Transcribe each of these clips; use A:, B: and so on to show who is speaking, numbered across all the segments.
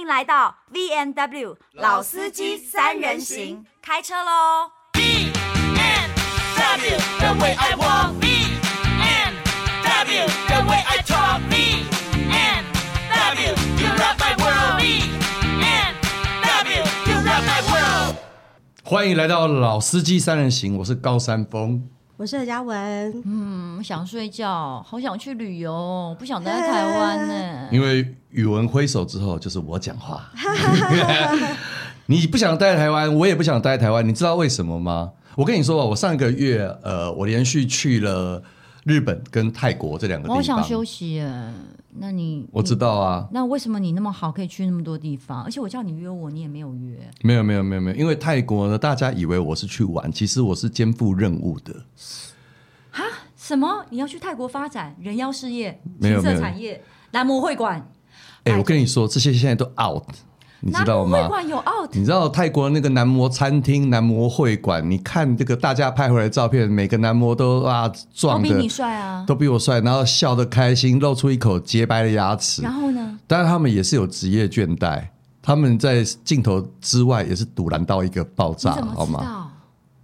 A: 迎来到 V N W 老司机三人行，开车喽！
B: BMW, the way I walk. BMW, the way I talk. BMW, you rock my world. BMW, you rock my world.
C: 欢迎来到老司机三人行，我是高山峰。
D: 我是何嘉文，
E: 嗯，想睡觉，好想去旅游，不想待在台湾呢、
C: 因为宇文挥手之后，就是我讲话。 你不想待台湾，我也不想待台湾，你知道为什么吗？我跟你说吧，我上个月呃，我连续去了日本跟泰国这两个地
E: 我
C: 方。
E: 好想休息耶。那你
C: 我知。道啊
E: 你，那为什么你那么好，可以去那么多地方？而且我叫你约我，你也没有约。
C: 没有没有没有没有，因为泰国呢，大家以为我是去玩，其实我是肩负任务的。
E: 什么？你要去泰国发展人妖事业、
C: 没有
E: 青
C: 没
E: 色
C: 有
E: 产业、蓝魔会馆？
C: 哎、我跟你说，这些现在都 out，你知道吗？
E: 蓝魔会馆有 out，
C: 你知道泰国那个男模餐厅、男模会馆，你看这个大家拍回来的照片，每个男模都啊
E: 我
C: 壮
E: 比
C: 的
E: 你帅啊。
C: 都比我帅，然后笑得开心，露出一口洁白的牙齿。
E: 然后呢？
C: 当然，他们也是有职业倦怠，他们在镜头之外也是堵拦到一个爆
E: 你
C: 炸，
E: 怎
C: 好
E: 么知
C: 吗？
E: 道？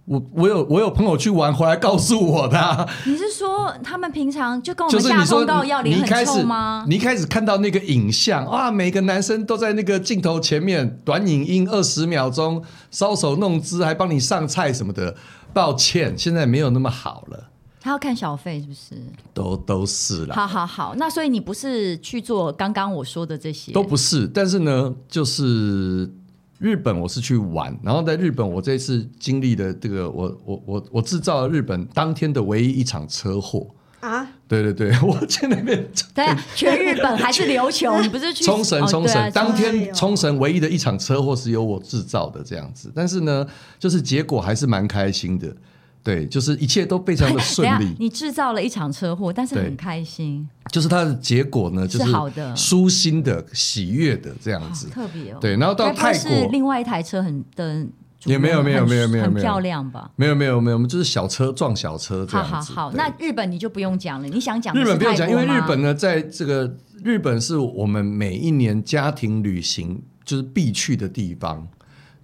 C: 我我有我有朋友去玩回来告诉我的啊、
E: 你是说他们平常就跟哦
C: 就
E: 我们
C: 是你
E: 下
C: 说
E: 通告要
C: 你
E: 脸
C: 一开
E: 很
C: 始
E: 臭吗？
C: 你一开始看到那个影像，哇，每个男生都在那个镜头前面，短影音二十秒钟，搔首弄姿，还帮你上菜什么的。抱歉，现在没有那么好了，
E: 他要看小费是不是？
C: 都都是啦，
E: 好好好，那所以你不是去做刚刚我说的这些？
C: 都不是。但是呢，就是日本我是去玩，然后在日本我这次经历的这个，我我我我制造了日本当天的唯一一场车祸。
D: 啊，
C: 对对 对，我去那边
E: 对啊，全日本还是 琉球？你不是去
C: 冲绳，
E: 哦
C: 冲
E: 对啊
C: 绳，当
D: 哎
C: 天
D: 呦
C: 冲绳唯一的一场车祸是由我制造的这样子，但是呢，就是结果还是蛮开心的，对，就是一切都非常的顺
E: 等一
C: 利
E: 下，你制造了一场车祸，但是
C: 对
E: 很开心，
C: 就是它的结果呢，就是
E: 好的
C: 舒心的、喜悦的这样子
E: 好，特别哦。
C: 对，然后到
E: 该不会
C: 泰
E: 是
C: 国。
E: 另外一台车很的主人
C: 也没有没有
E: 很
C: 没有没有
E: 很
C: 没有
E: 漂亮吧？
C: 没有没有没有，我们就是小车撞小车这
E: 好
C: 样子。
E: 好好，
C: 对
E: 那日本你就不用讲了，你想讲的
C: 日本
E: 是
C: 不用
E: 泰
C: 讲，因
E: 国
C: 为日
E: 吗
C: 本呢，在这个日本是我们每一年家庭旅行就是必去的地方，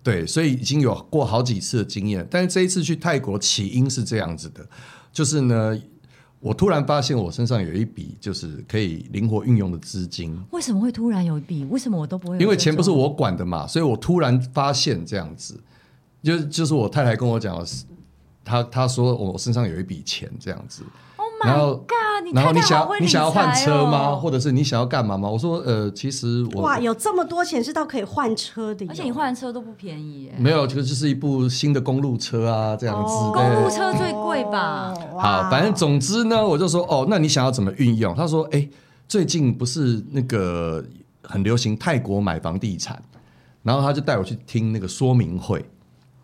C: 对，所以已经有过好几次的经验。但是这一次去泰国，起因是这样子的，就是呢，我突然发现我身上有一笔就是可以灵活运用的资金，
E: 为什么会突然有一笔？为什么我都不会有这
C: 因
E: 种？
C: 为钱不是我管的嘛，所以我突然发现这样子，就就是我太太跟我讲，她她说我身上有一笔钱这样子，
E: ，Oh
C: 然
E: my
C: 后
E: god！你
C: 然后
E: 太
C: 你
E: 太
C: 想
E: 好
C: 要
E: 会
C: 你
E: 理财
C: 想要换车吗？
E: 哦
C: 或者是你想要干嘛吗？我说呃，其实我
D: 哇，有这么多钱是到可以换车的哟，
E: 而且你换的车都不便宜耶，
C: 没有，这个就是一部新的公路车啊，这样子。
D: 哦
C: 对
E: 公路车最贵吧？
C: 好，反正总之呢，我就说哦，那你想要怎么运用？他说，哎、最近不是那个很流行泰国买房地产，然后他就带我去听那个说明会。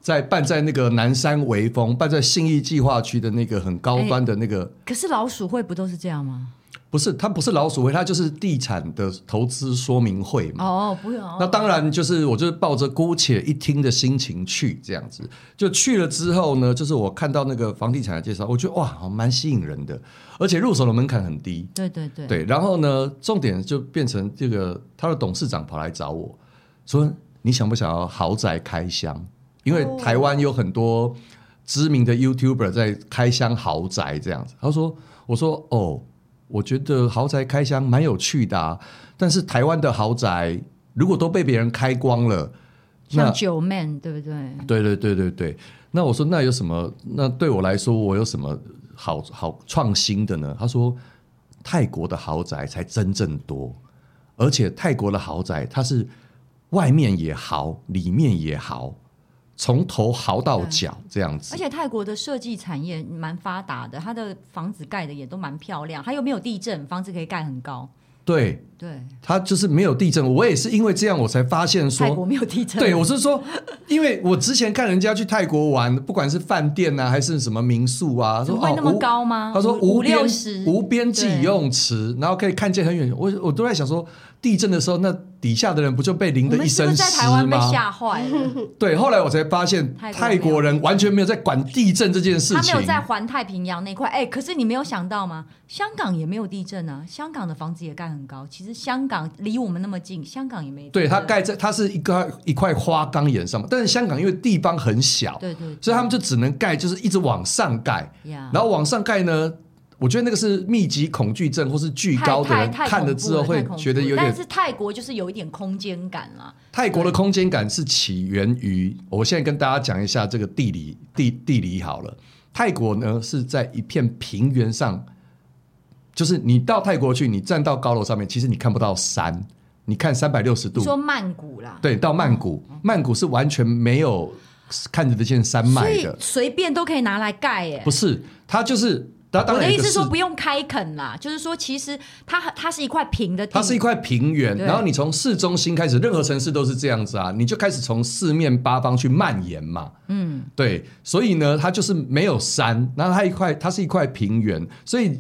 C: 在办在那个南山微风，办在信义计划区的那个很
E: 哎
C: 高端的那个，
E: 可是老鼠会不都是这样吗？
C: 不是，它不是老鼠会，它就是地产的投资说明会嘛。
E: 哦，不用。
C: 那当然，就是我就是抱着姑且一听的心情去这样子，就去了之后呢，就是我看到那个房地产的介绍，我觉得哇，好蛮吸引人的，而且入手的门槛很低。
E: 对对对，
C: 对，然后呢，重点就变成这个他的董事长跑来找我说：“你想不想要豪宅开箱？因为
D: 哦
C: 台湾有很多知名的 YouTuber 在开箱豪宅这样子。”他说：“我说哦，我觉得豪宅开箱蛮有趣的、啊，但是台湾的豪宅如果都被别人开光了，那
E: 像九 man 对不对？
C: 对对对对对。那我说那有什么？那对我来说，我有什么好好创新的呢？他说，泰国的豪宅才真正多，而且泰国的豪宅它是外面也豪，里面也豪，从头豪到脚这样子
E: 而。且泰国的设计产业蛮发达的，它的房子盖的也都蛮漂亮，它又没有地震，房子可以盖很高。
C: 对，
E: 对，
C: 它就是没有地震。我也是因为这样，我才发现说
E: 泰国没有地震。
C: 对，我是说，因为我之前看人家去泰国玩，不管是饭店啊，还是什么民宿啊，说
E: 怎么会
C: 哦
E: 那么
C: 无
E: 高吗
C: 他说
E: 五
C: 无边
E: 五六十
C: 无边际
E: 对
C: 游泳池，然后可以看见很远。我我都在想说，地震的时候，那底下的人不就被淋
E: 我
C: 得
E: 们
C: 一
E: 是不
C: 身
E: 是在
C: 湿
E: 台湾被
C: 吗？
E: 吓坏了？
C: 对，后来我才发现，
E: 泰国
C: 泰国人完全没有在管地震这件事
E: 他没
C: 情
E: 有。在环太平洋那块，哎、可是你没有想到吗？香港也没有地震啊，香港的房子也盖很高。其实香港离我们那么近，香港也没地震
C: 对，它，盖在它是一个一块花岗岩上嘛，但是香港因为地方很小，
E: 对对
C: 所以他们就只能盖，就是一直往上盖。
E: 呀
C: 然后往上盖呢，我觉得那个是密集恐惧症或是巨高的人
E: 太太太
C: 看了
E: 恐怖
C: 之后会
E: 太恐怖
C: 觉得有
E: 但
C: 点。
E: 是泰国就是有一点空间感啦。
C: 泰国的空间感是起源于，我现在跟大家讲一下这个地理地地理好了。泰国呢是在一片平原上，就是你到泰国去，你站到高楼上面，其实你看不到山，你看三百六十
E: 你
C: 度。
E: 说曼谷啦，
C: 对，到曼谷，曼谷是完全没有看着得见山
E: 所
C: 脉
E: 以
C: 的，
E: 随便都可以拿来盖耶、
C: 不是，它就是它当
E: 我
C: 然有
E: 的
C: 一
E: 意
C: 个
E: 思是
C: 市
E: 说，不用开垦啦，就是说，其实它它是一块平的地，
C: 它是一块平原，
E: 对
C: 然后你从市中心开始，任何城市都是这样子啊，你就开始从四面八方去蔓延嘛。嗯，对，所以呢，它就是没有山，然后它一块，它是一块平原，所以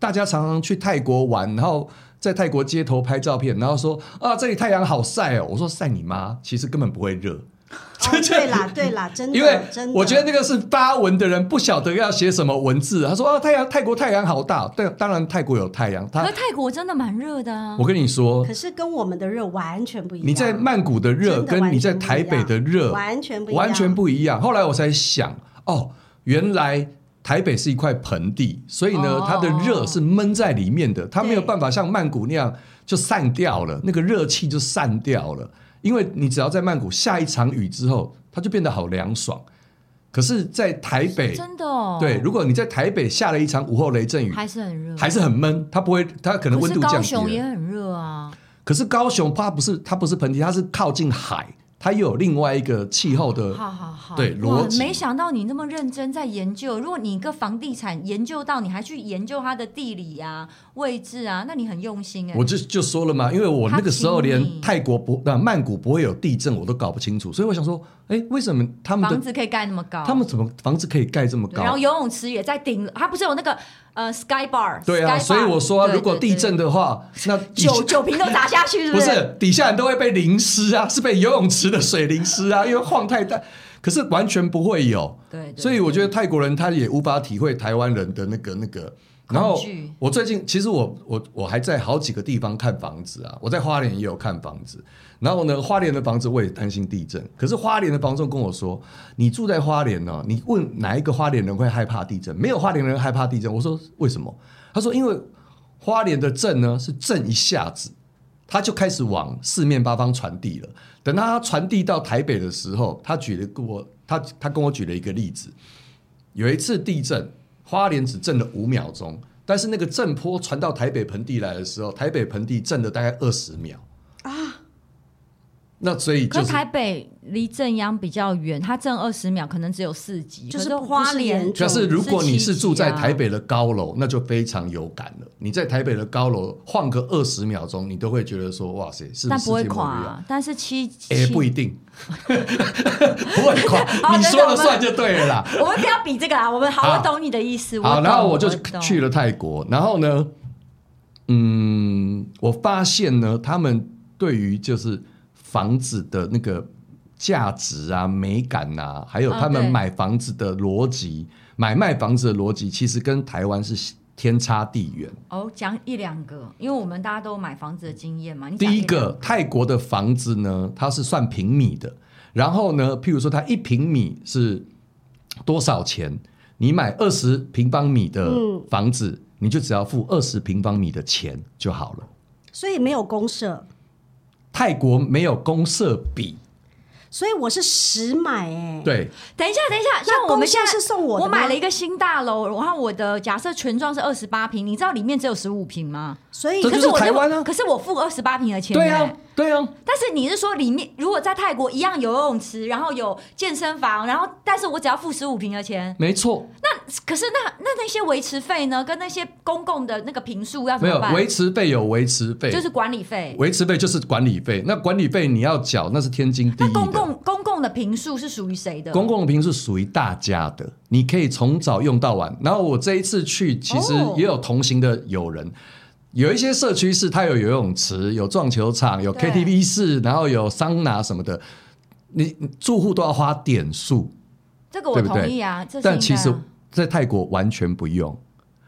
C: 大家常常去泰国玩，然后。在泰国街头拍照片，然后说啊，这里太阳好晒哦。我说晒你妈，其实根本不会热，
D: 哦，对 啦，对啦，真的，
C: 因为
D: 真的，
C: 我觉得那个是发文的人不晓得要写什么文字。他说啊，太阳泰国太阳好大，但当然泰国有太阳。
E: 可
C: 他
E: 是泰国真的蛮热的啊
C: 我。跟你说，
D: 可是跟我们的热完全不一样。
C: 你在曼谷的热
D: 真的
C: 跟
D: 完
C: 你在
D: 全不
C: 台
D: 一
C: 北
D: 样
C: 的热
D: 完全不一样
C: 完全不一样。后来我才想，哦，原来台北是一块盆地，所以呢
E: 哦，
C: 它的热是闷在里面的，它没有
D: 对
C: 办法像曼谷那样就散掉了，那个热气就散掉了。因为你只要在曼谷下一场雨之后，它就变得好凉爽。可是，在台北，
E: 真的哦，
C: 对，如果你在台北下了一场午后雷阵雨，
E: 还是很热，
C: 还是很闷，它不会，它可能
E: 可
C: 温
E: 是
C: 度降
E: 高
C: 低
E: 雄
C: 了。
E: 也很热啊，
C: 可是高雄它不是它不是盆地，它是靠近海，它又有另外一个气候的。
E: 好好好，
C: 对
E: 哇
C: 逻辑
E: 没想到你那么认真在研究。如果你一个房地产研究到，你还去研究它的地理啊、位置啊，那你很用心哎、
C: 我就就说了嘛，因为我那个时候
E: 它亲
C: 连
E: 密
C: 泰国不那、曼谷不会有地震，我都搞不清楚，所以我想说，哎，为什么他们
E: 房
C: 的
E: 子可以盖那么高，
C: 他们怎么房子可以盖这么
E: 对然后
C: 高？
E: 游泳池也在顶，它不是有那个呃 sky bar？
C: 对啊，
E: sky
C: 所
E: bar，
C: 以我说啊、
E: 对
C: 如果
E: 对对
C: 地震的话，那底
E: 酒酒瓶都砸下去，是
C: 不
E: 是？
C: 是底下人都会被淋湿啊， 是被游泳池的水淋湿啊，因为晃太大。可是完全不会有，
E: 对对
C: 所以我觉得泰国人他也无法体会台湾人的那个那个。然后
E: 恐惧
C: 我最近其实我我我还在好几个地方看房子啊，我在花莲也有看房子。然后呢，花莲的房子我也担心地震，可是花莲的房仲跟我说，你住在花莲呢、哦你问哪一个花莲人会害怕地震？没有花莲人害怕地震。我说为什么？他说因为花莲的震呢是震一下子，它就开始往四面八方传递了。等到它传递到台北的时候，他举了给我，他他跟我举了一个例子，有一次地震，花莲只震了五秒钟，但是那个震波传到台北盆地来的时候，台北盆地震了大概二十秒啊。那所以
E: 可
C: 就是是
E: 台北离正央比较远，它正二十秒，可能只有四级，
D: 就
E: 可
D: 是
E: 是
D: 不
E: 花
D: 是
E: 莲
D: 严
C: 可是如果你是住在台
E: 北。
C: 北的高楼，那就非常有感了。你在台北的高楼晃个二十秒钟，你都会觉得说哇塞，是不
E: 但
C: 是
E: 不会
C: 世界末
E: 垮、
C: 日啊？
E: 但是七七、
C: 哎、不一定， 不会垮，
E: 好
C: 你
E: 等等
C: 说
E: 我
C: 了
E: 们
C: 算就对了啦。
E: 我们不要比这个啊，我们好，
C: 好
E: 我懂你的意思。
C: 好，
E: 懂
C: 然后我就
E: 懂
C: 去了泰国，然后呢，嗯，我发现呢，他们对于就是房子的那个价值啊、美感啊，还有
E: 啊
C: 他们
E: 对
C: 买房子的逻辑、买卖房子的逻辑，其实跟台湾是天差地远。
E: 哦，讲一两个，因为我们大家都有买房子的经验嘛。你讲
C: 第一
E: 两
C: 个，泰国的房子呢，它是算平米的。然后呢，譬如说它一平米是多少钱？你买二十平方米的
D: 嗯
C: 房子，你就只要付二十平方米的钱就好了。
D: 所以没有公社，
C: 泰国没有公社比，
D: 所以我是实买哎、
C: 对，
E: 等一下，等一下，
D: 那
E: 像我们现在
D: 公社是送我
E: 我，
D: 的吗
E: 买了一个新大楼，然后我的假设全幢是二十八平，你知道里面只有十五平吗？
D: 所以
C: 这
E: 可
C: 就是
E: 我
C: 台湾啊
E: 可是我付二十八平的钱。
C: 对啊
E: 欸，
C: 对啊，
E: 但是你是说里面如果在泰国一样有游泳池，然后有健身房，然后但是我只要付十五平的钱，
C: 没错，
E: 那可是那那那些维持费呢，跟那些公共的那个平数要怎
C: 没
E: 么
C: 有
E: 办？
C: 维持费有维持费，
E: 就是管理费。
C: 维持费就是管理费。那管理费你要缴，那是天经地义
E: 那
C: 的。
E: 公共公共的平数是属于谁的？
C: 公共的屏是属于大家的，你可以从早用到晚。然后我这一次去，其实
E: 哦
C: 也有同行的友人，有一些社区是它有游泳池、有撞球场、有
E: 对
C: KTV 室，然后有桑拿什么的，你你住户都要花点数，
E: 这个我
C: 对不对
E: 同意啊，这是
C: 但
E: 应该
C: 其实
E: 啊，
C: 在泰国完全不用。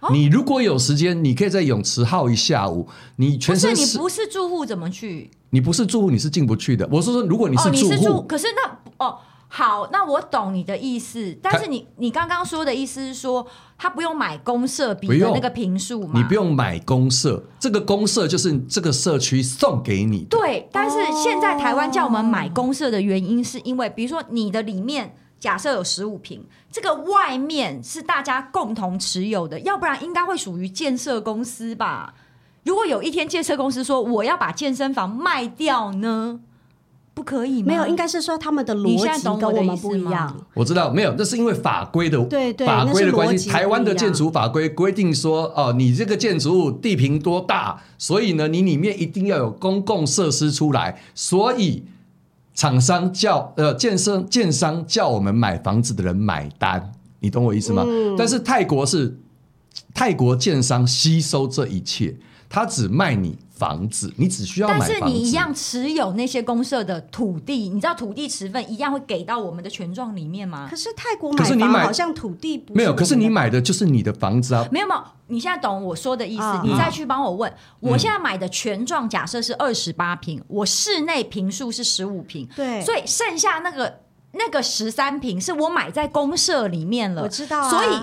E: 哦
C: 你如果有时间，你可以在泳池耗一下午。你
E: 不
C: 全
E: 是
C: 身
E: 你
C: 湿
E: 不是住户怎么去？
C: 你不是住户，你是进不去的。我是说，如果你是
E: 哦，你
C: 住
E: 是
C: 户，
E: 住，可是那哦。好，那我懂你的意思，但是你你刚刚说的意思是说，他不用买公社比
C: 不
E: 的
C: 用
E: 那个平数嘛？
C: 你不用买公社，这个公社就是这个社区送给你的。
E: 对，但是现在台湾叫我们买公社的原因，是因为比如说你的里面假设有十五平，这个外面是大家共同持有的，要不然应该会属于建设公司吧？如果有一天建设公司说我要把健身房卖掉呢，不可以吗？
D: 没有，应该是说他们的逻
E: 你现在
D: 辑
E: 懂我
D: 跟
E: 的
D: 我
E: 意
D: 们
E: 思
D: 不一
E: 吗
D: 样。
C: 我知道没有，那是因为法规的
D: 对对
C: 法规的关
D: 那是逻辑不
C: 系。
D: 一样
C: 台湾的建筑法规规定说，哦，你这个建筑物地坪多大，所以呢，你里面一定要有公共设施出来，所以厂商叫呃建设建商叫我们买房子的人买单，你懂我意思吗？
D: 嗯
C: 但是泰国是泰国建商吸收这一切，他只卖你房子，你只需要买
E: 但
C: 房子。
E: 是你一样持有那些公社的土地，你知道土地持份一样会给到我们的权状里面吗
D: 可？是泰国
C: 可
D: 买
C: 是你
D: 房
C: 买
D: 好像土地不
C: 没有，
D: 我们
C: 可是你
D: 的
C: 买的就是你的房子啊，
E: 没有没有，你现在懂我说的意思，
D: 啊
E: 你再去帮我问。
C: 嗯
E: 我现在买的全幢假设是二十八平，我室内平数是十五平，
D: 对
E: 所以剩下那个那个十三平是我买在公社里面了，
D: 我知道啊
E: 所以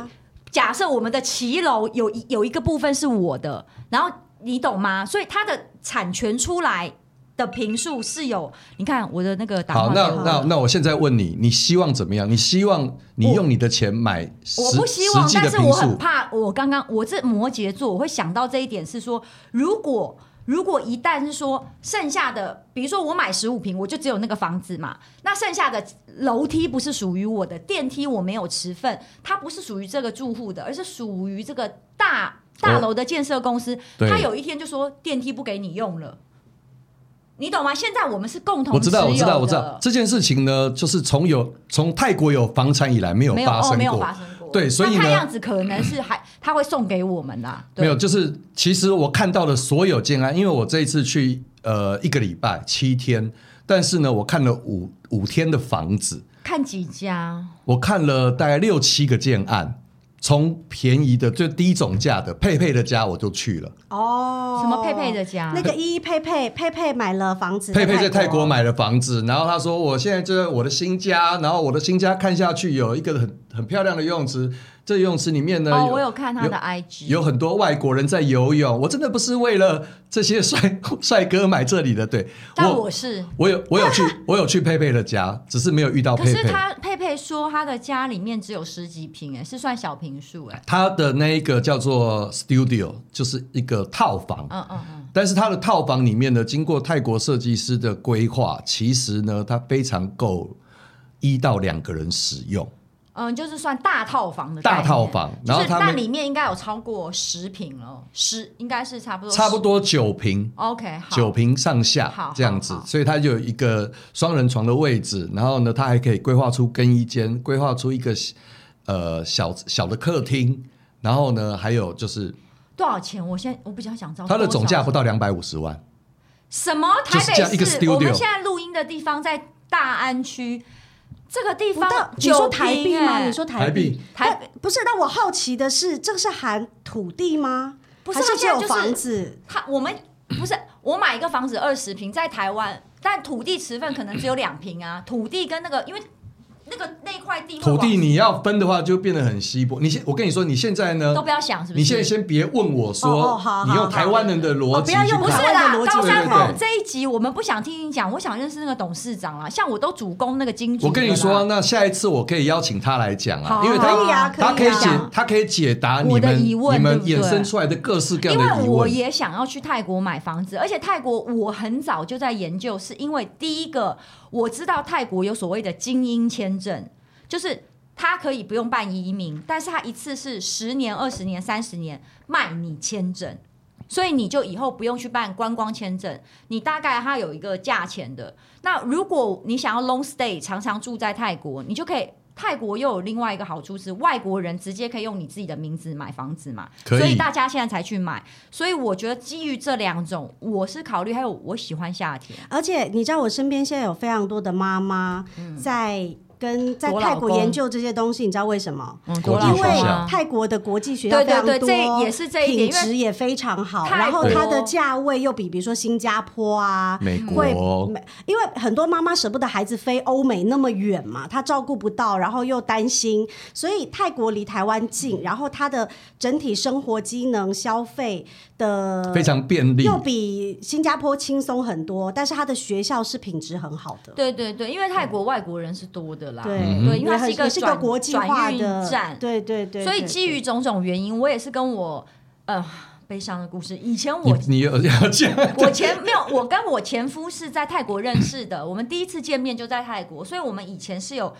E: 假设我们的骑楼有一有一个部分是我的，然后你懂吗？所以它的产权出来的平数是有，你看我的那个打
C: 好，
E: 话
C: 那
E: 给我
C: 那那我现在问你，你希望怎么样？你希望你用你的钱买实
E: 我不希望
C: 实，际
E: 但
C: 的
E: 是我
C: 平
E: 很
C: 数？
E: 怕。我刚刚我这摩羯座，我会想到这一点是说，如果如果一旦是说剩下的，比如说我买十五平，我就只有那个房子嘛，那剩下的楼梯不是属于我的，电梯我没有持份，它不是属于这个住户的，而是属于这个大大楼的建设公司。
C: 哦对
E: 他有一天就说电梯不给你用了，你懂吗？现在我们是共同
C: 我知道，我知
E: 持有
C: 道，
E: 的
C: 我知道这件事情呢，就是从有从泰国有房产以来没有
E: 没有
C: 发
E: 哦，
C: 生
E: 没有
C: 过
E: 发，生过。
C: 对所以
E: 那看
C: 呢
E: 样子可能 是还他会送给我们啦。对
C: 没有，就是其实我看到的所有建安，因为我这一次去呃一个礼拜七天，但是呢，我看了五五天的房子，
E: 看几家，
C: 我看了大概六七个建案，从便宜的最低总价的佩佩的家我就去了。
D: 哦，
E: 什么佩佩的家
D: 那个依依佩佩佩佩买了房子，
C: 佩佩在泰
D: 国
C: 国，买了房子，然后他说我现在就在我的新家，然后我的新家看下去有一个很很漂亮的游泳池，这游泳池里面呢，
E: 哦，我有看他的 IG，
C: 呃有很多外国人在游泳，我真的不是为了这些帅帅哥买这里的，对
E: 但我是。
C: 我有我有去我有去佩佩的家，只是没有遇到
E: 可
C: 哦佩
E: 是
C: 佩。
E: 他佩佩说他的家里面只有十几平，哎，是算小平数，哎，
C: 他的那一个叫做 studio，就是一个套房，
E: 嗯嗯嗯，
C: 但是它的套房里面呢，经过泰国设计师的规划，其实呢，它非常够一到两个人使用。
E: 嗯，就是算大套房的概
C: 大
E: 念
C: 套房然后
E: 就是
C: 他们
E: 那里面应该有超过十平了，十应该是差不多，
C: 差不。多九平。
E: OK，好，
C: 九平上下
E: 好
C: 这样子
E: 好，好
C: 所以它就有一个双人床的位置，然后呢，它还可以规划出更衣间，规划出一个呃小小的客厅，然后呢，还有就是
E: 多少钱？我现在我比较想知道
C: 它的
E: 多少
C: 总价不到两百五十万，
E: 什么台
C: 就是这样一
E: 北
C: 个
E: 市？
C: studio
E: 我们现在录音的地方在大安区，这个地
D: 不
E: 方
D: 到你
E: 九
D: 说台币
E: 平
D: 吗？
E: 哎
D: 你说
C: 台
D: 币
C: 币？
E: 台
D: 但不是？但我好奇的是，这个是含土地吗？
E: 不是
D: 还
E: 它
D: 是只
E: 现在
D: 有
E: 就是
D: 房子？
E: 他我们不是我买一个房子二十平在台湾，但土地持份可能只有两平啊，土地跟那个因为那个那块地会
C: 土
E: 往
C: 地你要分的话就变得很稀薄。你现我跟你说，你现在呢
E: 都，不要想，是不是？
C: 你现在先别问我
D: 哦哦
C: 说
D: 好好
C: 你用
D: 好
C: 台湾人的逻
D: 哦
C: 辑
D: 不
C: 去
D: 要用
E: 不是
C: 看，
E: 啦
D: 台湾的逻，辑
E: 高山
C: 对
E: 凤
C: 对对
E: 这一集我们不想听你讲，我想认识那个董事长啊啦。像我都主攻那个金主，
C: 我跟你说，，那下一次我可以邀请他来讲
E: 好
C: 啊，
E: 啊
C: 因为他
D: 可以啊
C: 他可
D: 可
C: 以
D: 以
C: 解
D: 啊
C: 他可以解答你
E: 我的
C: 们
E: 疑问
C: 你们
E: 对
C: 衍
E: 不对
C: 生出来的各式各样
E: 因
C: 的
E: 为
C: 疑
E: 我
C: 问。
E: 也想要去泰国买房子，而且泰国我很早就在研究，是因为第一个我知道泰国有所谓的精英签证，就是他可以不用办移民，但是他一次是十年、二十年、三十年卖你签证。所以你就以后不用去办观光签证，你大概它有一个价钱的。那如果你想要 long stay，常常住在泰国，你就可以。泰国又有另外一个好处是，外国人直接可以用你自己的名字买房子嘛，
C: 可以
E: 所以大家现在才去买。所以我觉得基于这两种，我是考虑，还有我喜欢夏天。
D: 而且你知道，我身边现在有非常多的妈妈在跟在
E: 嗯我老
D: 泰国
E: 公
D: 研究这些东西，你知道为什么？
E: 嗯，
C: 国际
E: 多
D: 因
E: 老公
D: 为
C: 学校
E: 啊
D: 泰国的国际学校
E: 对
D: 非常多，
E: 对对这也是这一点
D: 品
E: 因为
D: 质也非常好，
E: 泰国
D: 然后它的价位又比比如说新加坡啊。
C: 美
D: 会
C: 国
D: 美因为很多妈妈舍不得孩子飞欧美那么远嘛，她照顾不到，然后又担心，所以泰国离台湾近，然后它的整体生活机能、消费的
C: 非常便利，
D: 又比新加坡轻松很多，但是它的学校是品质很好的。
E: 对对对，因为泰国外国人是多的啦，
D: 对
C: 嗯
E: 对，因为它
D: 也
E: 是一个
D: 也是个
E: 转
D: 国际化
E: 转
D: 的
E: 运站，
D: 对对对。
E: 所以
D: 对
E: 基于种种原因，我也是跟我呃悲伤的故事。以前
C: 你
E: 我
C: 你有 要这样，
E: 我前没有，我跟我前夫是在泰国认识的，我们第一次见面就在泰国，所以我们以前是有。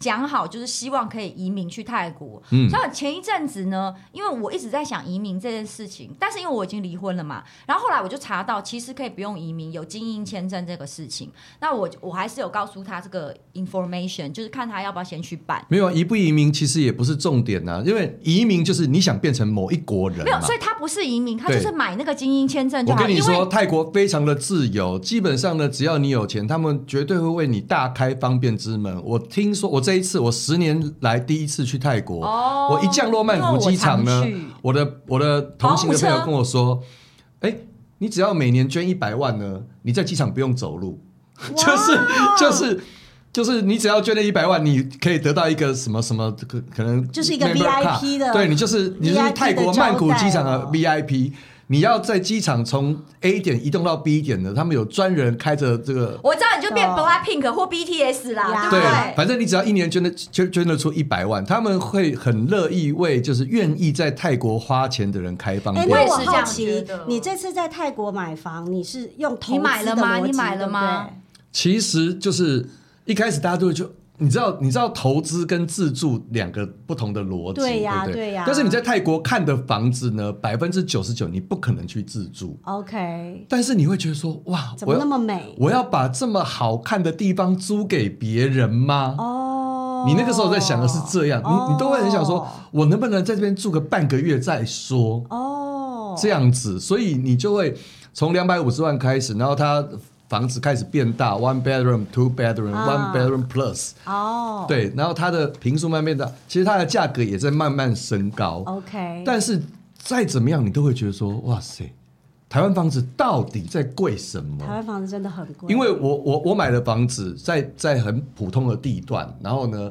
E: 讲好就是希望可以移民去泰国。
C: 嗯
E: 所以前一阵子呢，因为我一直在想移民这件事情，但是因为我已经离婚了嘛，然后后来我就查到其实可以不用移民，有精英签证这个事情。那我我还是有告诉他这个 information，就是看他要不要先去办。
C: 没有啊移不移民其实也不是重点呐、因为移民就是你想变成某一国人
E: 没有，
C: 嘛
E: 所。以他不是移民，他
C: 对
E: 就是买那个精英签证就
C: 我
E: 好。
C: 跟你
E: 因为
C: 说，泰国非常的自由，基本上呢，只要你有钱，他们绝对会为你大开方便之门。我听说，我这一次我十年来第一次去泰国，
E: 哦
C: 我一降落曼谷机场呢
E: 因为我常去，
C: 我的我的同行的朋
E: 保姆
C: 友
E: 车
C: 跟我说，哎、你只要每年捐一百万呢，你在机场不用走路， 就是就是。就是你只要捐了一百万，你可以得到一个什么什么可可能
D: 就是一个
C: member card
D: VIP 的
C: 对你就是你就是
D: VIP
C: 泰国
D: 的招
E: 啊
C: 曼谷机场
D: 待
C: 的
D: 哦
C: VIP，你要在机场从 A 点移动到 B 点的，他们有专人开着这个。
E: 我知道你就变
D: 哦
E: Blackpink 或 BTS 啦，
D: 呀
C: 对
E: 对不
D: 哎
E: 对，？
C: 反正你只要一年捐的捐捐得出一百万，他们会很乐意为就是愿意在泰国花钱的人开放
D: 哎，
C: 店。
E: 我
D: 那
E: 也是这
D: 好
E: 样觉
D: 奇
E: 得，
D: 你这次在泰国买房，你是用投
E: 你
D: 资的
E: 买了吗
D: 逻辑
E: 你买了吗？
D: 对不对
C: 其实就是一开始大家都会就你知道，你知道投资跟自住两个不同的逻辑，
D: 对呀
C: 不
D: 对呀
C: 但是你在泰国看的房子呢，百分之九十九你不可能去自住，
D: OK，
C: 但是你会觉得说，哇，
D: 怎
C: 我
D: 么
C: 要
D: 那么美？
C: 我要把这么好看的地方租给别人吗？
D: 哦，
C: 你那个时候在想的是这样，你你都会很想说
D: 哦，
C: 我能不能在这边住个半个月再说？
D: 哦，
C: 这样子，所以你就会从两百五十万开始，然后它房子开始变大，one bedroom、two bedroom、
D: 啊
C: one bedroom plus，
D: 哦，
C: 对，然后它的平数慢慢变大，其实它的价格也在慢慢升
D: 哦
C: 高，
D: ，OK，
C: 但是再怎么样，你都会觉得说，哇塞，台湾房子到底在贵什么
D: 台？湾房子真的很贵，
C: 因为我我我买的房子在在很普通的地段，然后呢，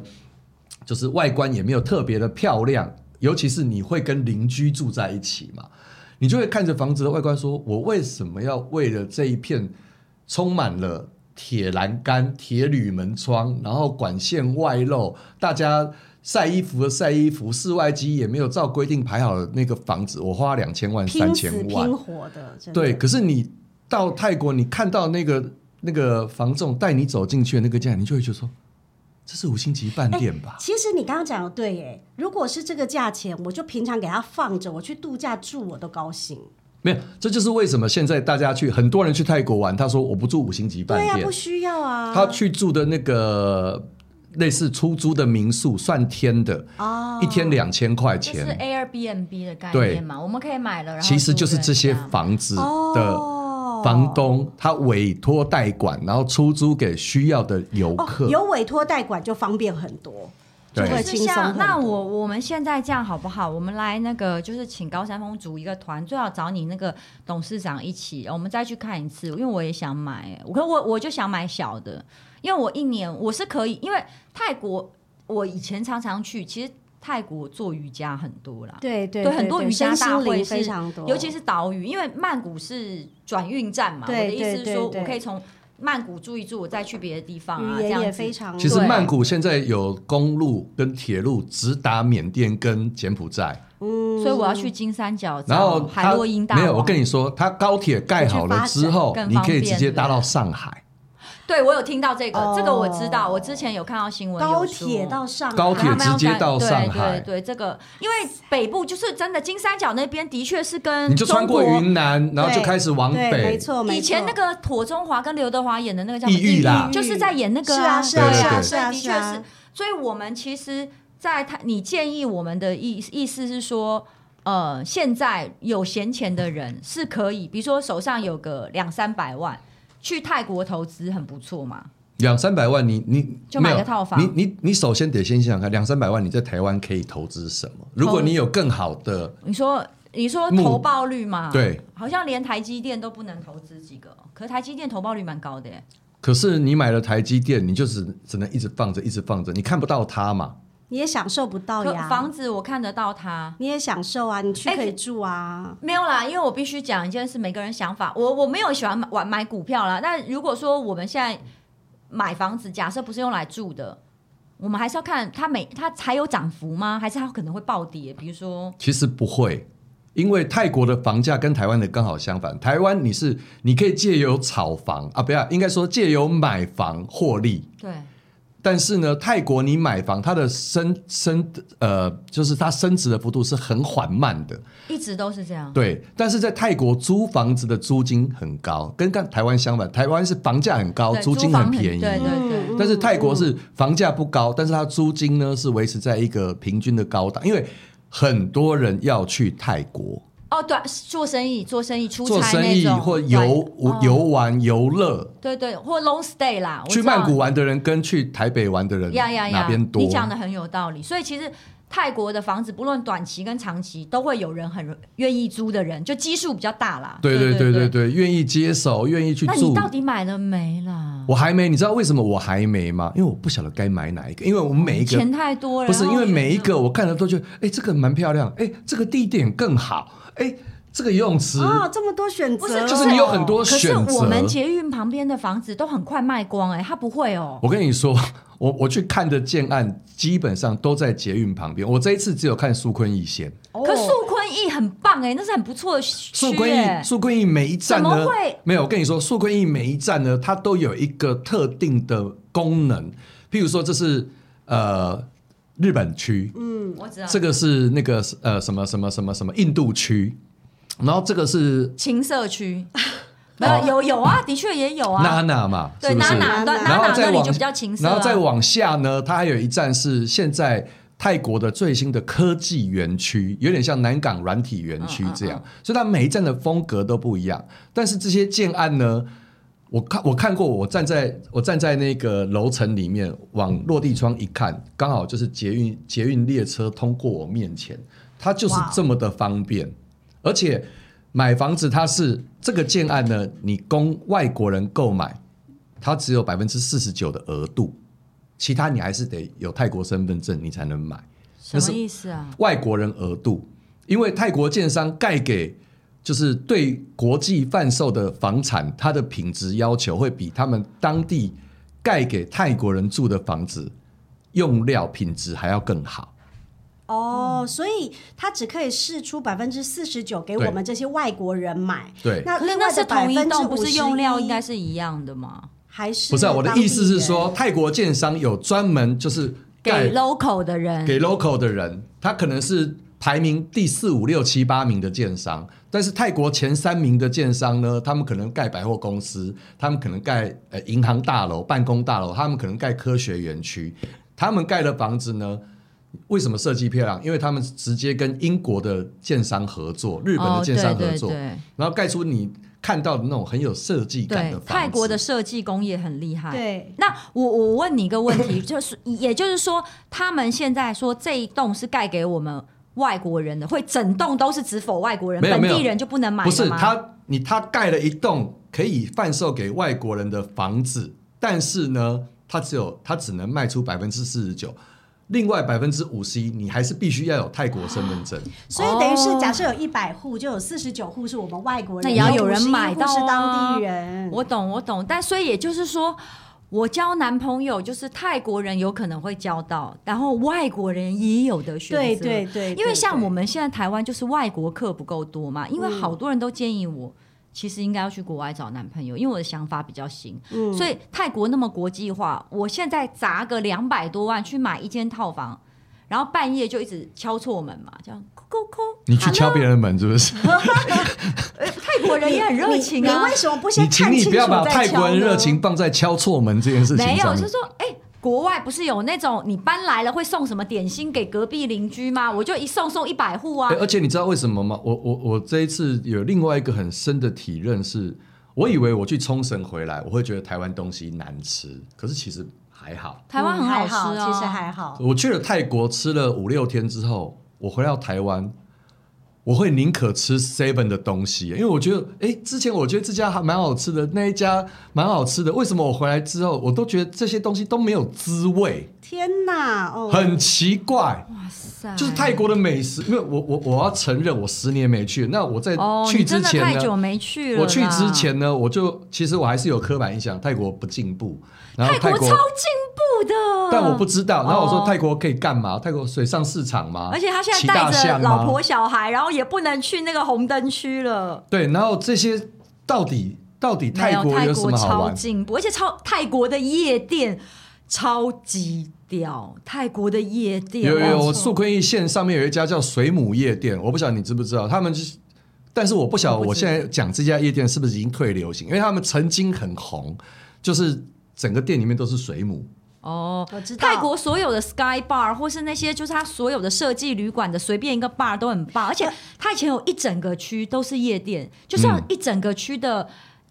C: 就是外观也没有特别的漂亮，尤其是你会跟邻居住在一起嘛，你就会看着房子的外观说，我为什么要为了这一片充满了铁栏杆、铁铝门窗，然后管线外露，大家。晒衣服的晒衣服，室外机也没有照规定排好的那个房子，我花两千万、三
D: 拼死
C: 千万，
D: 拼活的，真的
C: 对，，可是你到泰国，你看到那个那个房仲带你走进去的那个价，你就会觉得说，这是五星级饭店吧？
D: 其实你刚刚讲的对耶，如果是这个价钱，我就平常给它放着，我去度假住我都高兴。
C: 没有，这就是为什么现在大家去很多人去泰国玩，他说我不住五星级饭
D: 对呀、
C: 店
D: 不，需要啊。
C: 他去住的那个类似出租的民宿，算天的，
D: 哦，
C: 一天两千块
E: 就是
C: 钱，
E: Airbnb 的概
C: 对
E: 念嘛，我们可以买了，然后
C: 其实
E: 租
C: 就是
E: 人
C: 这些
E: 家
C: 房子的。
D: 哦
C: 房东他委托代管，然后出租给需要的游
D: 哦
C: 客。
D: 有委托代管就方便很多，就
C: 对
D: 会
E: 就是
D: 轻松很
E: 像
D: 多。
E: 那我我们现在这样好不好？我们来那个就是请高山峰组一个团，最好找你那个董事长一起，我们再去看一次，因为我也想买，我可我我就想买小的，因为我一年我是可以，因为泰国我以前常常去，其实泰国做瑜伽很多啦，
D: 对对
E: 对很多瑜伽
D: 身心
E: 大会
D: 灵
E: 是
D: 非常多，
E: 尤其是岛屿，因为曼谷是转运站嘛，我
D: 对
E: 的意思
D: 对
E: 是说
D: 对
E: 我可以从曼谷住一住，我再去别的地方啊，
D: 语
E: 这
D: 言也
E: 样子
D: 非常。
C: 其实
E: 对
C: 曼谷现在有公路跟铁路直达缅甸跟柬埔寨，
D: 嗯
E: 所以我要去金三角
C: 然
E: 找
C: 后
E: 海
C: 它
E: 洛因大
C: 没有，我
E: 王
C: 跟你说，它高铁盖好了之后
E: 去发展更，
C: 你
E: 方
C: 可
E: 便
C: 以直接搭到上海。
E: 对我有听到这个，
D: 哦
E: 这个我知道，我之前有看到新闻有
D: 高
E: 说
D: 铁到上海
C: 高铁
E: 他们要
C: 直接
E: 赶
C: 到上海
E: 对对对，这个因为北部就是真的金三角那边的确是跟
C: 你就穿过
E: 嗯中国
C: 云南，然后就
D: 对
C: 开始往
D: 对，没
C: 北。
D: 错，哦没错
E: 以前那个妥中华跟刘德华演的那个叫
C: 抑郁啦
E: 就是在演那个
D: 是啊是
C: 啊
E: 对啊，
D: 是
E: 所以
D: 啊
E: 的
D: 是
E: 确
D: 啊
E: 是。所以我们其实，在他你建议我们的意意思是说。呃，现在有闲钱的人是可以，比如说手上有个两三百万，去泰国投资很不错嘛。
C: 两三百万你，你
E: 就
C: 没
E: 买
C: 有
E: 个套房
C: 你你你首先得先想想看，两三百万你在台湾可以投资什
E: 哦
C: 么？如果你有更好的，
E: 你说，你说
C: 目
E: 投报率嘛？
C: 对，
E: 好像连台积电都不能投资几个，可是台积电投报率蛮高的耶。
C: 可是你买了台积电，你就只只能一直放着，一直放着，你看不到它嘛？
D: 你也享受不到
E: 可
D: 哦呀，
E: 房子我看得到它，
D: 你也享受啊，你去
E: 哎
D: 可以住啊，
E: 没有啦，因为我必须讲一件事，每个人想法，我我没有喜欢买玩买股票啦。但如果说我们现在买房子，假设不是用来住的，我们还是要看它每它还有涨幅吗？还是它可能会暴跌？比如说，
C: 其实不会，因为泰国的房价跟台湾的刚好相反。台湾你是你可以借由炒房啊，不要应该说借由买房获利，
E: 对，
C: 但是呢，泰国你买房，它的升升呃，就是它升值的幅度是很缓慢的，
E: 一直都是这样。
C: 对。但是在泰国租房子的租金很高，跟跟台湾相反，台湾是房价很高，
E: 对
C: 租金
E: 房
C: 很便宜。
E: 对对对。
D: 嗯
C: 但是泰国是房价不高，但是它租金呢是维持在一个平均的高档，因为很多人要去泰国
E: 哦，对，做生意做生意出
C: 做
E: 差
C: 生
E: 那
C: 意
E: 种，
C: 或
E: 对
C: 游、
E: 哦
C: 游玩游乐，
E: 对对，或 long stay 啦，我
C: 去
E: 知道啊
C: 曼谷玩的人跟去台北玩的人
E: 呀呀呀，
C: 哪边多？
E: 你讲的很有道理，所以其实。泰国的房子，不论短期跟长期，都会有人很愿意租的人，就基数比较大啦。
C: 对
E: 对
C: 对对对对，愿意接手，愿意去
E: 那
C: 住
E: 你。到底买了没啦？
C: 我还没，你知道为什么我还没吗？因为我不晓得该买哪一个，因为我们每一个
E: 钱太多了，哦
C: 不是
E: 然后
C: 因为每一
E: 觉
C: 个我看了都觉得，哎，这个蛮漂亮，哎，这个地点更好，哎，这个游泳池，
E: 哦
D: 啊，这么多选
E: 不是
D: 择，
C: 就是你有很多
E: 得，可
C: 选
E: 是
C: 择。
E: 我们捷运旁边的房子都很快卖光哎、欸，它不会哦、
C: 我跟你说，我我去看的建案基本上都在捷运旁边。我这一次只有看苏坤逸先，
D: 哦
E: 可素坤逸很棒哎、那是很不错的
C: 苏
E: 区
C: 坤
E: 哎、
C: 逸，
E: 欸。
C: 苏坤逸每一站
E: 怎
C: 呢
E: 么会，
C: 没有。我跟你说，苏坤逸每一站呢，它都有一个特定的功能，譬如说这是呃日本区，
E: 我知道
C: 这个是那个呃什么什么什么什么印度区，然后这个是
E: 情色 区，
C: 哦
E: 没有有有啊，的确也有啊。
C: 娜娜嘛，
E: 对，
C: 是不
E: 娜
C: 是？
E: 娜对
D: 然
E: 娜
C: 然
E: 娜
C: 后
E: 那
C: 再
E: 里
C: 往
E: 就比较情色、啊，
C: 然后再往下呢，它还有一站是现在泰国的最新的科技园区，有点像南港软体园区
E: 嗯
C: 这样，所以它每一站的风格都不一样。但是这些建案呢，我看我看过，我站在我站在那个楼层里面往落地窗一看，刚好就是捷运捷运列车通过我面前，它就是
E: 哦
C: 这么的方便，而且。买房子，它是这个建案呢，你供外国人购买，它只有百分之四十九的额度，其他你还是得有泰国身份证你才能买
E: 什么意思啊？
C: 外国人额度，因为泰国建商盖给就是对国际贩售的房产，它的品质要求会比他们当地盖给泰国人住的房子用料品质还要更好。
D: 哦，所以他只可以试出百分之四十九给我们这些外国人买。
C: 对，
D: 那
E: 可是
D: 另
E: 那
D: 外
E: 是
D: 的
E: 同
D: 百
E: 一
D: 分之
E: 栋，不是用料应该
D: 是
E: 是一样的吗？
D: 还是
C: 不是、啊、我的
D: 当地
C: 意思是
D: 人
C: 说，泰国建商有专门就是盖
E: 给 local 的人，
C: 给 local 的人，他可能是排名第四五六七八名的建商，但是泰国前三名的建商呢，他们可能盖百货公司，他们可能盖呃银行大楼、办公大楼，他们可能盖科学园区，他们盖的房子呢。为什么设计漂亮？因为他们直接跟英国的建商合作，日本
E: 哦
C: 的建商合
E: 对
C: 作，
E: 对对
C: 然后盖出你看到的那种很有设计感的
E: 对
C: 房，子。
E: 泰国的设计工业很厉害。
D: 对
E: 那我我问你一个问题，就是也就是说，他们现在说这一栋是盖给我们外国人的，会整栋都是只否外国人，
C: 没有
E: 本
C: 没有
E: 地人就不能买
C: 不是
E: 了吗？
C: 他，你他盖了一栋可以贩售给外国人的房子，但是呢，他只有他只能卖出百分之四十九，另外百分之五十一，你还是必须要有泰国身份证。
E: 哦
D: 所以等于是假设有一百户，就有四十九户是我们外国人，
E: 那也要有人
D: 51
E: 买到啊
D: 户是当地人。
E: 我懂，我懂，但所以也就是说，我交男朋友就是泰国人有可能会交到，然后外国人也有的选择。
D: 对对对对
E: 因为像
D: 对嗯
E: 我们现在台湾就是外国客不够多嘛，因为好多人都建议我。其实应该要去国外找男朋友，因为我的想法比较新。
D: 嗯
E: 所以泰国那么国际化，我现在砸个两百多万去买一间套房，然后半夜就一直敲错门嘛， 这样扣扣扣。
C: 你去敲别人的门是不是？
E: 呃泰国人也很热情
D: 你
E: 啊。
D: 为什么不
C: 你
D: 先
C: 请
D: 看清
C: 你
D: 楚
C: 不要把泰
D: 再
C: 国
D: 敲
C: 人
D: 呢
C: 热情放在敲错门这件事情
E: 没有，
C: 上
E: 是
C: 面。
E: 说，哎、国外不是有那种你搬来了会送什么点心给隔壁邻居吗？我就一送送一百户啊
C: 哎诶。而且你知道为什么吗？我我我这一次有另外一个很深的体认是，我以为我去冲绳回来，我会觉得台湾东西难吃，可是其实还好。
E: 台湾很
D: 嗯
F: 好
E: 吃啊、
F: 其实还好。
C: 我去了泰国吃了五六天之后，我回到台湾，我会宁可吃 Seven 的东西，因为我觉得，哎，之前我觉得这家还蛮好吃的，那一家蛮好吃的，为什么我回来之后，我都觉得这些东西都没有滋味，
D: 天哪，哦，
C: 很奇怪。
E: 哇塞
C: 就是泰国的美食，因为我我我要承认，我十年没去。那我在
E: 哦，
C: 去
E: 你
C: 之
E: 真的
C: 前
E: 太
C: 呢，
E: 久没去了。
C: 我去之，前呢，我就其实我还是有刻板印象，泰国不进步，然后
E: 泰国
C: 啊国
E: 超，进步的。
C: 但我不知道。然后我
E: 哦
C: 说泰国可以干嘛？泰国水上市场吗？
E: 而且他现在
C: 骑大
E: 带着
C: 象吗
E: 老婆小孩，然后也不能去那个红灯区了。
C: 对，然后这些到底到底
E: 没
C: 泰国
E: 泰
C: 有什
E: 国
C: 么好
E: 超
C: 玩？
E: 进步，而且超泰国的夜店超级屌，泰国的夜店
C: 有有有，我
E: 哇
C: 素坤一线上面有一家叫水母夜店，我不晓得你知不知道，他们就是。但是我不晓得
E: 我不
C: 我
E: 知
C: 现在讲这家夜店是不是已经退流行，因为他们曾经很红，就是整个店里面都是水母。
E: 哦。
D: 我知道
E: 泰国所有的 Sky Bar 或是那些就是它所有的设计旅馆的随便一个 bar 都很棒，
C: 呃
E: 而且它以前有一整个区都是夜店，就是有
C: 嗯
E: 一整个区的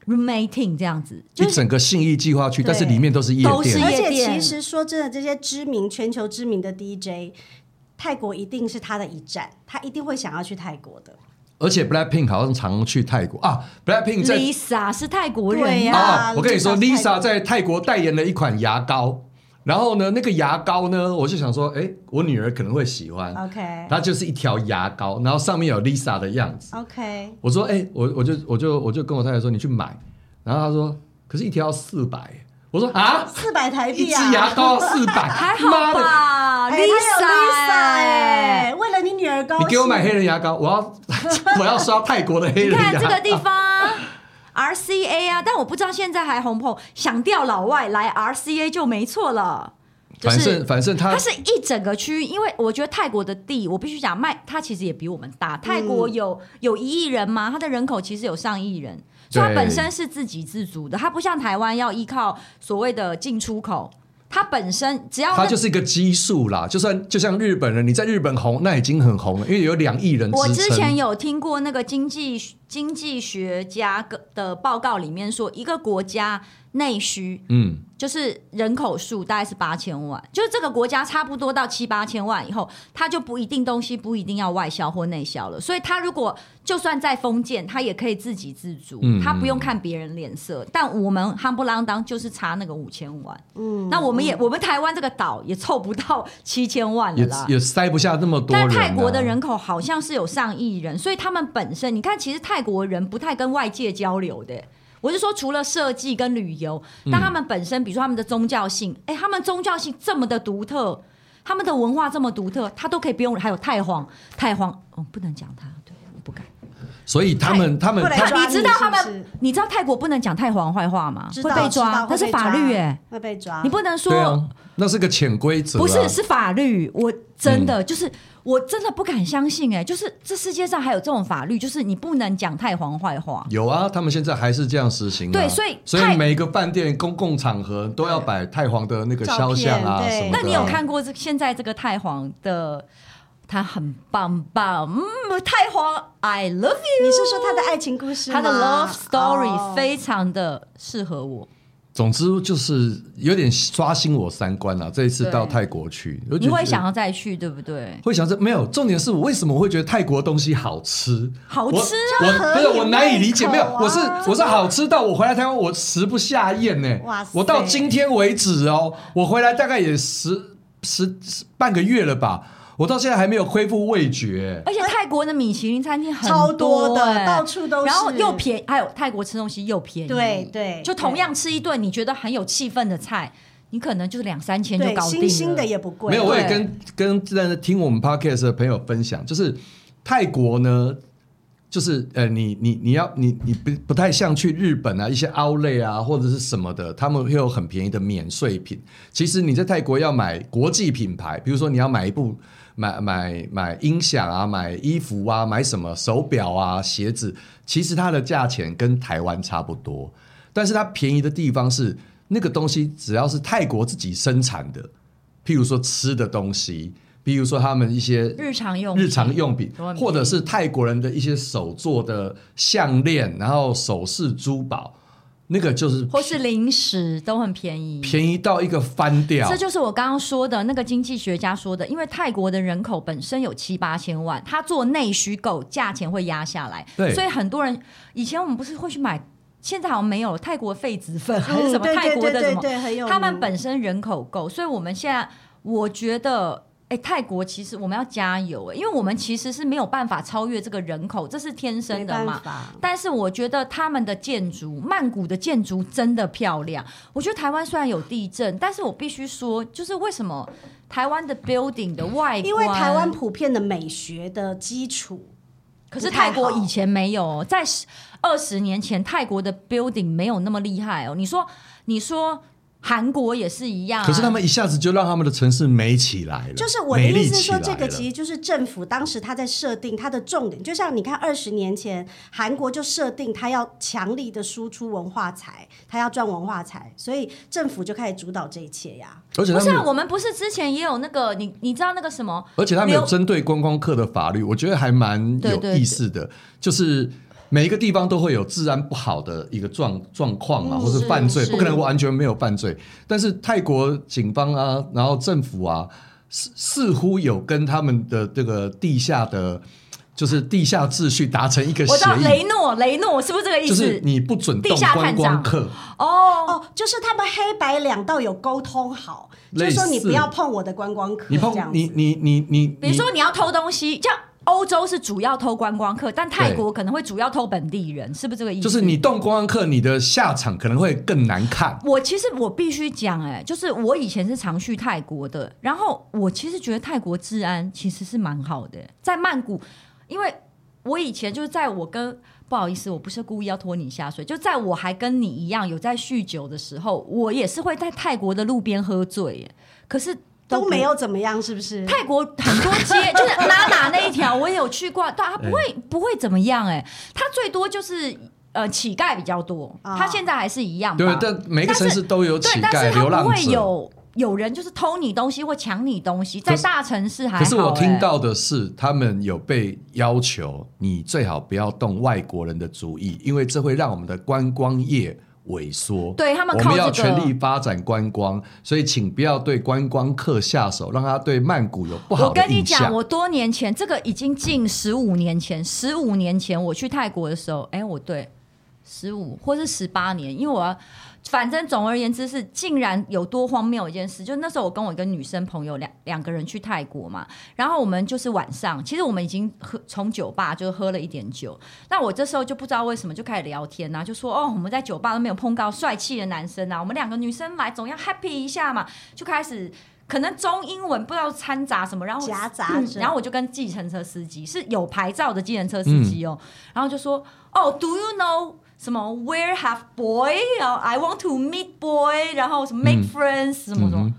E: roommating 这样子，
C: 一
E: 就是
C: 整个信义计划区，但是里面都是夜
E: 都是
C: 店。
D: 而
E: 夜
D: 且其
E: 店
D: 实说真的，这些知名、全球知名的 DJ，泰国一定是他的一站，他一定会想要去泰国的。
C: 而且 Blackpink 好像常去泰国啊，Blackpink 在
E: Lisa 是泰国人
D: 对呀
C: 啊，我跟你说
D: Lisa 是泰国
C: ，Lisa 在泰国代言了一款牙膏，然后呢，那个牙膏呢，我就想说，哎，我女儿可能会喜欢，
D: OK
C: 它就是一条牙膏，然后上面有 Lisa 的样子。
D: OK，
C: 我说，哎、我我就我就我就跟我太太说，你去买。然后她说，可是一条要四百。我说啊，
D: 四百台
C: 一
D: 币
C: 支
D: 啊，
C: 牙膏四百，
E: 还
C: 妈
E: 好
C: 的？
E: 吧
D: 哎、Lisa 哎、
E: 哎
D: 为了你女儿高
C: 你
D: 兴，
C: 给我买黑人牙膏，我要 我要刷泰国的黑
E: 你
C: 人牙
E: 看
C: 膏。
E: 这个地方 RCA 啊，但我不知道现在还红不红。想调老外来 RCA 就没错了，就
C: 反
E: 是
C: 正。反正
E: 它
C: 他
E: 是一整个区，因为我觉得泰国的地，我必须讲卖，它其实也比我们大。泰
C: 嗯
E: 国有、有一亿人嘛，它的人口其实有上亿人，所以它
C: 对
E: 本身是自给自足的，它不像台湾要依靠所谓的进出口，它本身只要那
C: 他就是一个基数啦，就算就像日本人，你在日本红，那已经很红了，因为有两亿人
E: 我
C: 支
E: 之前
C: 撑。
E: 有听过那个经济经济学家个的报告里面说，一个国家内需
C: 嗯，
E: 就是人口数大概是八千万，就是这个国家差不多到七八千万以后，它就不一定东西不一定要外销或内销了。所以它如果就算在封建，它也可以自给自足
C: 嗯，
E: 它不用看别人脸色。但我们夯不啷当就是差那个五千万，
D: 嗯
E: 那我们也我们台湾这个岛也凑不到七千万了
C: 也
E: 啦，
C: 也塞不下那么多人、
E: 但
C: 啊。
E: 泰国的人口好像是有上亿人，所以他们本身，你看，其实泰国人不太跟外界交流的。我是说，除了设计跟旅游，
C: 嗯
E: 但他们本身，比如说他们的宗教性，哎、他们宗教性这么的独特，他们的文化这么独特，他都可以不用。还有太皇，太皇，哦，不能讲他，对，我不敢。
C: 所以他们他们
D: 不能
C: 他
D: 抓
E: 你知道他们，
D: 是不是
E: 你知道泰国不能讲太皇坏话吗？
D: 知
E: 会
D: 道
E: 被
D: 知
E: 抓
D: 道，
E: 那是法律哎、诶
D: 会被抓，
E: 你不能说
C: 对啊，那是个潜规则、啊。嗯
E: 不是，是法律。我真的、就是，我真的不敢相信、哎，就是这世界上还有这种法律，就是你不能讲太皇坏话。
C: 有啊，他们现在还是这样实行、啊。
E: 对所以
C: 所
E: 泰
C: 以每个饭店、公共场合都要摆太皇的那个肖像
D: 照
C: 啊
D: 片对
C: 什么的啊。
E: 那你有看过这现在这个太皇的？他很棒棒，嗯，太皇，I love you，
D: 你是说他的爱情故事吗？
E: 他的 love story
D: 哦
E: 非常的适合我。
C: 总之就是有点刷新我三观啊！这一次
E: 对
C: 到泰国去，我就
E: 你
C: 觉得
E: 会想要再去，对不对？
C: 会想这没有重点是我为什么会觉得泰国东西好吃？
E: 好吃啊
C: 我我不是
D: 合你
C: 我难以理解，
D: 胃口啊
C: 没有，我是我是好吃到我回来台湾我食不下咽呢、
D: 哇塞
C: 我到今天为止哦，我回来大概也十十十半个月了吧，我到现在还没有恢复味觉、
E: 而且泰国的米其林餐厅很
D: 超多的
E: 哎
D: 到处都是
E: 然后又便宜，还有泰国吃东西又便宜，
D: 对对
E: 就同样吃一顿你觉得很有气氛的菜，你可能就是两三千就
D: 对，
E: 搞定
D: 新
E: 了。
D: 兴的也不贵，
C: 没有，我也
E: 对
C: 跟跟在听我们 podcast 的朋友分享，就是泰国呢，就是呃，你你你要你你不不太像去日本啊一些 Outlet 啊或者是什么的，他们会有很便宜的免税品。其实你在泰国要买国际品牌，比如说你要买一部买买买音响啊、买衣服啊、买什么手表啊、鞋子，其实它的价钱跟台湾差不多，但是它便宜的地方是那个东西只要是泰国自己生产的，譬如说吃的东西，譬如说他们一些
E: 日常用
C: 日常用品
E: 品都很，便宜
C: 或者是泰国人的一些手做的项链，然后首饰、珠宝，那个就是
E: 或是零食都很便宜。
C: 便宜到一个翻掉
E: 这。就是我刚刚说的那个经济学家说的，因为泰国的人口本身有七八千万，他做内需购，价钱会压下来，
C: 对
E: 所以很多人以前我们不是会去买，现在好像没有了泰国痱子粉还是
D: 嗯，
E: 什么
D: 对
E: 泰
D: 对
E: 国
D: 对
E: 的什
D: 对
E: 么，
D: 对，很有
E: 他们
D: 名
E: 本身人口够，所以我们现在我觉得。哎、泰国其实我们要加油、因为我们其实是没有办法超越这个人口，这是天生的
D: 没
E: 嘛
D: 办。法
E: 但是我觉得他们的建筑，曼谷的建筑真的漂亮。我觉得台湾虽然有地震，但是我必须说，就是为什么台湾的 building 的外观，
D: 因为台湾普遍的美学的基础，
E: 可是
D: 不太
E: 泰
D: 好
E: 国以前没有哦，在二十年前泰国的 building 没有那么厉害哦。你说，你说韩国也是一样啊、
C: 可是他们一下子就让他们的城市美起来了，
D: 就是我的意思是说，
C: 美丽起
D: 这
C: 来
D: 个
C: 了
D: 其实就是政府当时他在设定它的重点，就像你看二十年前韩国就设定它要强力的输出文化财，它要赚文化财，所以政府就开始主导这一切呀。
C: 而且
E: 不
C: 他
E: 是、
C: 们
E: 啊，
C: 有，
E: 我们不是之前也有那个你你知道那个什么？
C: 而且他们有
E: 流
C: 针对观光客的法律，我觉得还蛮
E: 对
C: 有
E: 对
C: 意思的，就是。每一个地方都会有治安不好的一个状状况嘛，
E: 嗯
C: 或是犯罪，
E: 是
C: 不可能完全没有犯罪。但是泰国警方啊，然后政府啊，似似乎有跟他们的这个地下的，就是地下秩序达成一个
E: 我
C: 协
E: 知道雷
C: 议，
E: 诺雷诺是不是这个意
C: 就
E: 思？
C: 是你不准动
E: 地下
C: 观
E: 探
C: 光
E: 长
C: 客。
E: 哦，
D: 哦，就是他们黑白两道有沟通好，
C: 类
D: 就
C: 似
D: 说你不要碰我的观光客，
C: 你
D: 这样
C: 碰
D: 子
C: 你你你你，
E: 比如说你要偷东西，像欧洲是主要偷观光客，但泰国可能会主要偷本地人，是不是这个意思？
C: 就是你动观光客，你的下场可能会更难看。
E: 我其实我必须讲，哎，就是我以前是常去泰国的，然后我其实觉得泰国治安其实是蛮好的，在曼谷，因为我以前就是在我跟不好意思，我不是故意要拖你下水，就在我还跟你一样有在酗酒的时候，我也是会在泰国的路边喝醉，哎，可是
D: 都
E: 不
D: 没有怎么样，是不是？
E: 泰国很多街，就是拉达那一条，我也有去过，但他不会、不会怎么样哎、他最多就是呃乞丐比较多，
D: 啊
E: 他现在还是一样
C: 对，
E: 吧。
C: 但每个城市都有乞
E: 对，但
C: 丐、
E: 是
C: 流
E: 他不
C: 浪
E: 会
C: 者。
E: 有有人就是偷你东西或抢你东西，在
C: 可是
E: 大城市还好、
C: 可
E: 欸。
C: 是我听到的是，他们有被要求，你最好不要动外国人的主意，因为这会让我们的观光业萎缩。
E: 对他们
C: 我
E: 靠
C: 们要
E: 这个
C: 全力发展观光，所以请不要对观光客下手，让他对曼谷有不好
E: 我
C: 的
E: 跟你
C: 印象
E: 讲，。我多年前，这个已经近十五年前，十五年前我去泰国的时候，哎、我对十五或是十八年，因为我要，反正总而言之是，竟然有多荒谬一件事，就那时候我跟我一个女生朋友两两个人去泰国嘛，然后我们就是晚上，其实我们已经喝从酒吧就喝了一点酒，那我这时候就不知道为什么就开始聊天啊，就说哦，我们在酒吧都没有碰到帅气的男生啊，我们两个女生来总要 happy 一下嘛，就开始。可能中英文不知道掺杂什么，然后
D: 夹杂
E: 嗯
D: 着
E: 然后我就跟计程车司机是有牌照的计程车司机
C: 嗯
E: 哦，然后就说哦，Do you know 什么 Where have boy？然后 I want to meet boy，然后什么 make
C: 嗯
E: friends 什么什么，
C: 嗯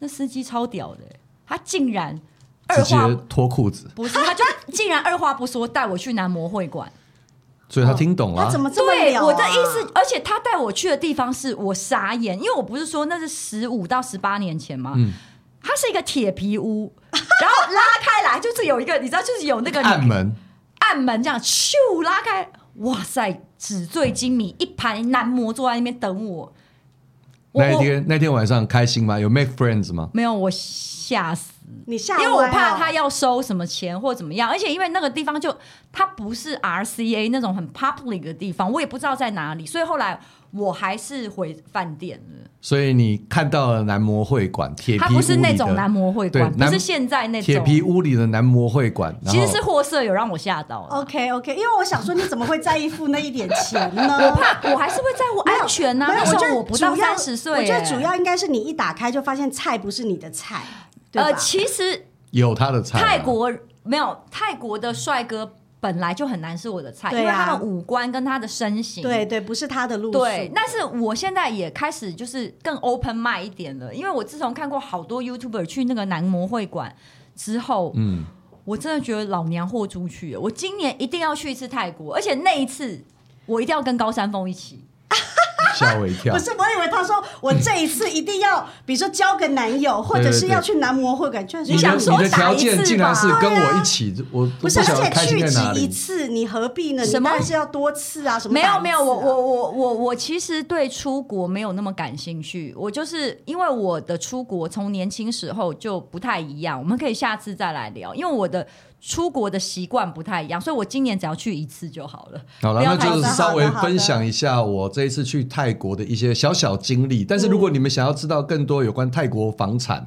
E: 那司机超屌的，欸他竟然
C: 哼
E: 二
C: 直接
E: 话
C: 脱裤子，
E: 不是，他就竟然二话不说带我去男模会馆。
C: 所以他听懂了、
D: 他
C: 啊
D: 怎。么这么
E: 对，
D: 了啊？
E: 我的意思，而且他带我去的地方是我傻眼，因为我不是说那是十五到十八年前吗？
C: 嗯
E: 它是一个铁皮屋，然后拉开来就是有一个，你知道，就是有那个
C: 暗门，
E: 暗门这样咻拉开，哇塞，纸醉金迷，一排男模坐在那边等我。我
C: 那一
E: 我
C: 天那天晚上开心吗？有 make friends 吗？
E: 没有，我吓死。
D: 你吓
E: 因为我
D: 歪
E: 怕
D: 哦
E: 他要收什么钱或怎么样，而且因为那个地方就它不是 RCA 那种很 public 的地方，我也不知道在哪里，所以后来我还是回饭店了。
C: 所以你看到了男模会馆，铁皮
E: 它不是
C: 屋里
E: 那
C: 的
E: 种男模会馆，
C: 对
E: 不
C: 男
E: 是现在那
C: 铁
E: 种。
C: 皮屋里的男模会馆，然
E: 其
C: 后
E: 实是货色有让我吓到了，
D: OK OK，因为我想说你怎么会在意付那一点钱呢？
E: 我怕我还是会在乎安全呐、
D: 没有
E: 那时
D: 觉得
E: 候我不到
D: 主要
E: 三十岁
D: 我觉
E: 耶，
D: 得主要应该是你一打开就发现菜不是你的菜，对吧？
E: 呃，其实
C: 有他的菜啊、
E: 泰国没有泰国的帅哥本来就很难是我的菜，
D: 对啊
E: 因为他们五官跟他的身形。
D: 对对，不是他的路数。
E: 对，但是我现在也开始就是更 open mind 一点了，因为我自从看过好多 YouTuber 去那个男模会馆之后，
C: 嗯，
E: 我真的觉得老娘豁出去了。我今年一定要去一次泰国，而且那一次我一定要跟高山峰一起。
C: 吓我一跳
D: 不。是，我以为他说我这一次一定要，比如说交个男友，或者是要去男模会馆，居然是
C: 你
E: 想
C: 的
E: 说
C: 你的条
E: 打一
C: 件
E: 次
C: 竟然是
E: 吧啊
C: 跟我一起，我都
D: 不
C: 不
D: 是，
C: 晓
D: 而
C: 得
D: 且
C: 开心
D: 去
C: 在哪
D: 只一
C: 里。
D: 次，你何必呢？
E: 什么
D: 你当然是要多次啊，什么
E: 没有
D: 打一次啊
E: 没有，我我我我我其实对出国没有那么感兴趣。我就是因为我的出国从年轻时候就不太一样，我们可以下次再来聊。因为我的出国的习惯不太一样，所以我今年只要去一次就好了。
C: 好了，
E: 不要
C: 那就是
D: 太
C: 稍微
D: 好的好的
C: 分享一下我这一次去泰国的一些小小经历。
E: 嗯
C: 但是如果你们想要知道更多有关泰国房产，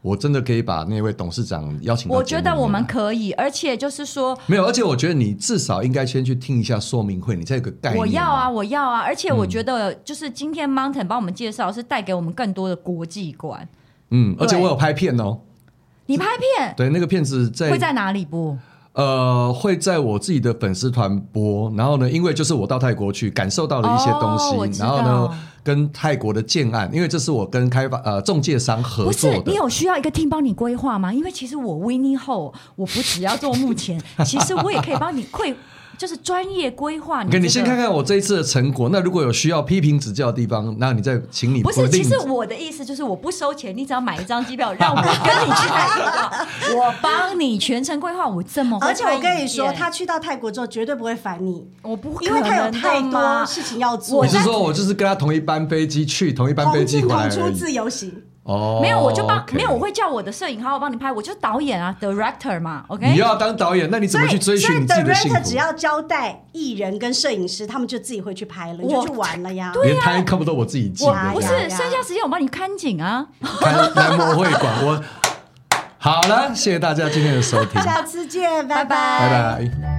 C: 我真的可以把那位董事长邀请到
E: 我
C: 节
E: 觉
C: 目
E: 得我
C: 里
E: 们
C: 面来
E: 可以，而且就是说，
C: 没有，而且我觉得你至少应该先去听一下说明会，你才有个概念。嗯
E: 我要啊，，我要啊！而且我觉得，就是今天 Mountain 帮我们介绍，是带给我们更多的国际观。
C: 嗯，而且
E: 对
C: 我有拍片哦。
E: 你拍片
C: 对，那个片子在
E: 会在哪里播？
C: 呃，会在我自己的粉丝团播，然后呢，因为就是我到泰国去感受到了一些东西，
E: 哦我知
C: 然后呢
E: 道，
C: 跟泰国的建案，因为这是我跟开发呃中介商合
E: 不是
C: 作的
E: 你，有需要一个 team 帮你规划吗？因为其实我 Winnie 后，我不只要做幕 前，其实我也可以帮你会，就是专业规划你、这
C: 给
E: 个。
C: 你先看看我这一次的成果。那如果有需要批评指教的地方，那你再请你
E: 不是，
C: 吝
E: 其实我的意思就是，我不收钱，你只要买一张机票，让我跟你去泰国，我帮你全程规划。我这么会
D: 而且我跟
E: 拍
D: 你
E: 影
D: 说，
E: 片
D: 他去到泰国之后绝对不会烦你，
E: 我不可
D: 因为他有
E: 能的
D: 太
E: 嘛
D: 多事情要做。
E: 我
C: 我
E: 在
C: 是说，我就是跟他同一班飞机去，同一班飞
D: 同
C: 机
D: 进
C: 回
D: 同
C: 来而
D: 出
C: 已。
D: 自由行，
C: 哦，
E: 没有，我就帮
C: OK
E: 没有，我。会叫我的摄影好好帮你拍，我就是导演啊，director 嘛，OK。
C: 你又要当导演，那你怎
D: 所
C: 么去
D: 以哎所
C: 追
D: 以
C: 寻你自己的幸
D: director 只
C: 福？
D: 要交代艺人跟摄影师，他们就自己会去拍了，你就
E: 我
D: 去玩了呀。
C: 连摊看不到我自己记
D: 我
C: 的，
E: 不是
D: 哎呀
E: 剩下时间我帮你看景啊，
C: 南南模会 馆，我好了，谢谢大家今天的收听，
D: 下次见，
E: 啊拜拜
C: 拜拜。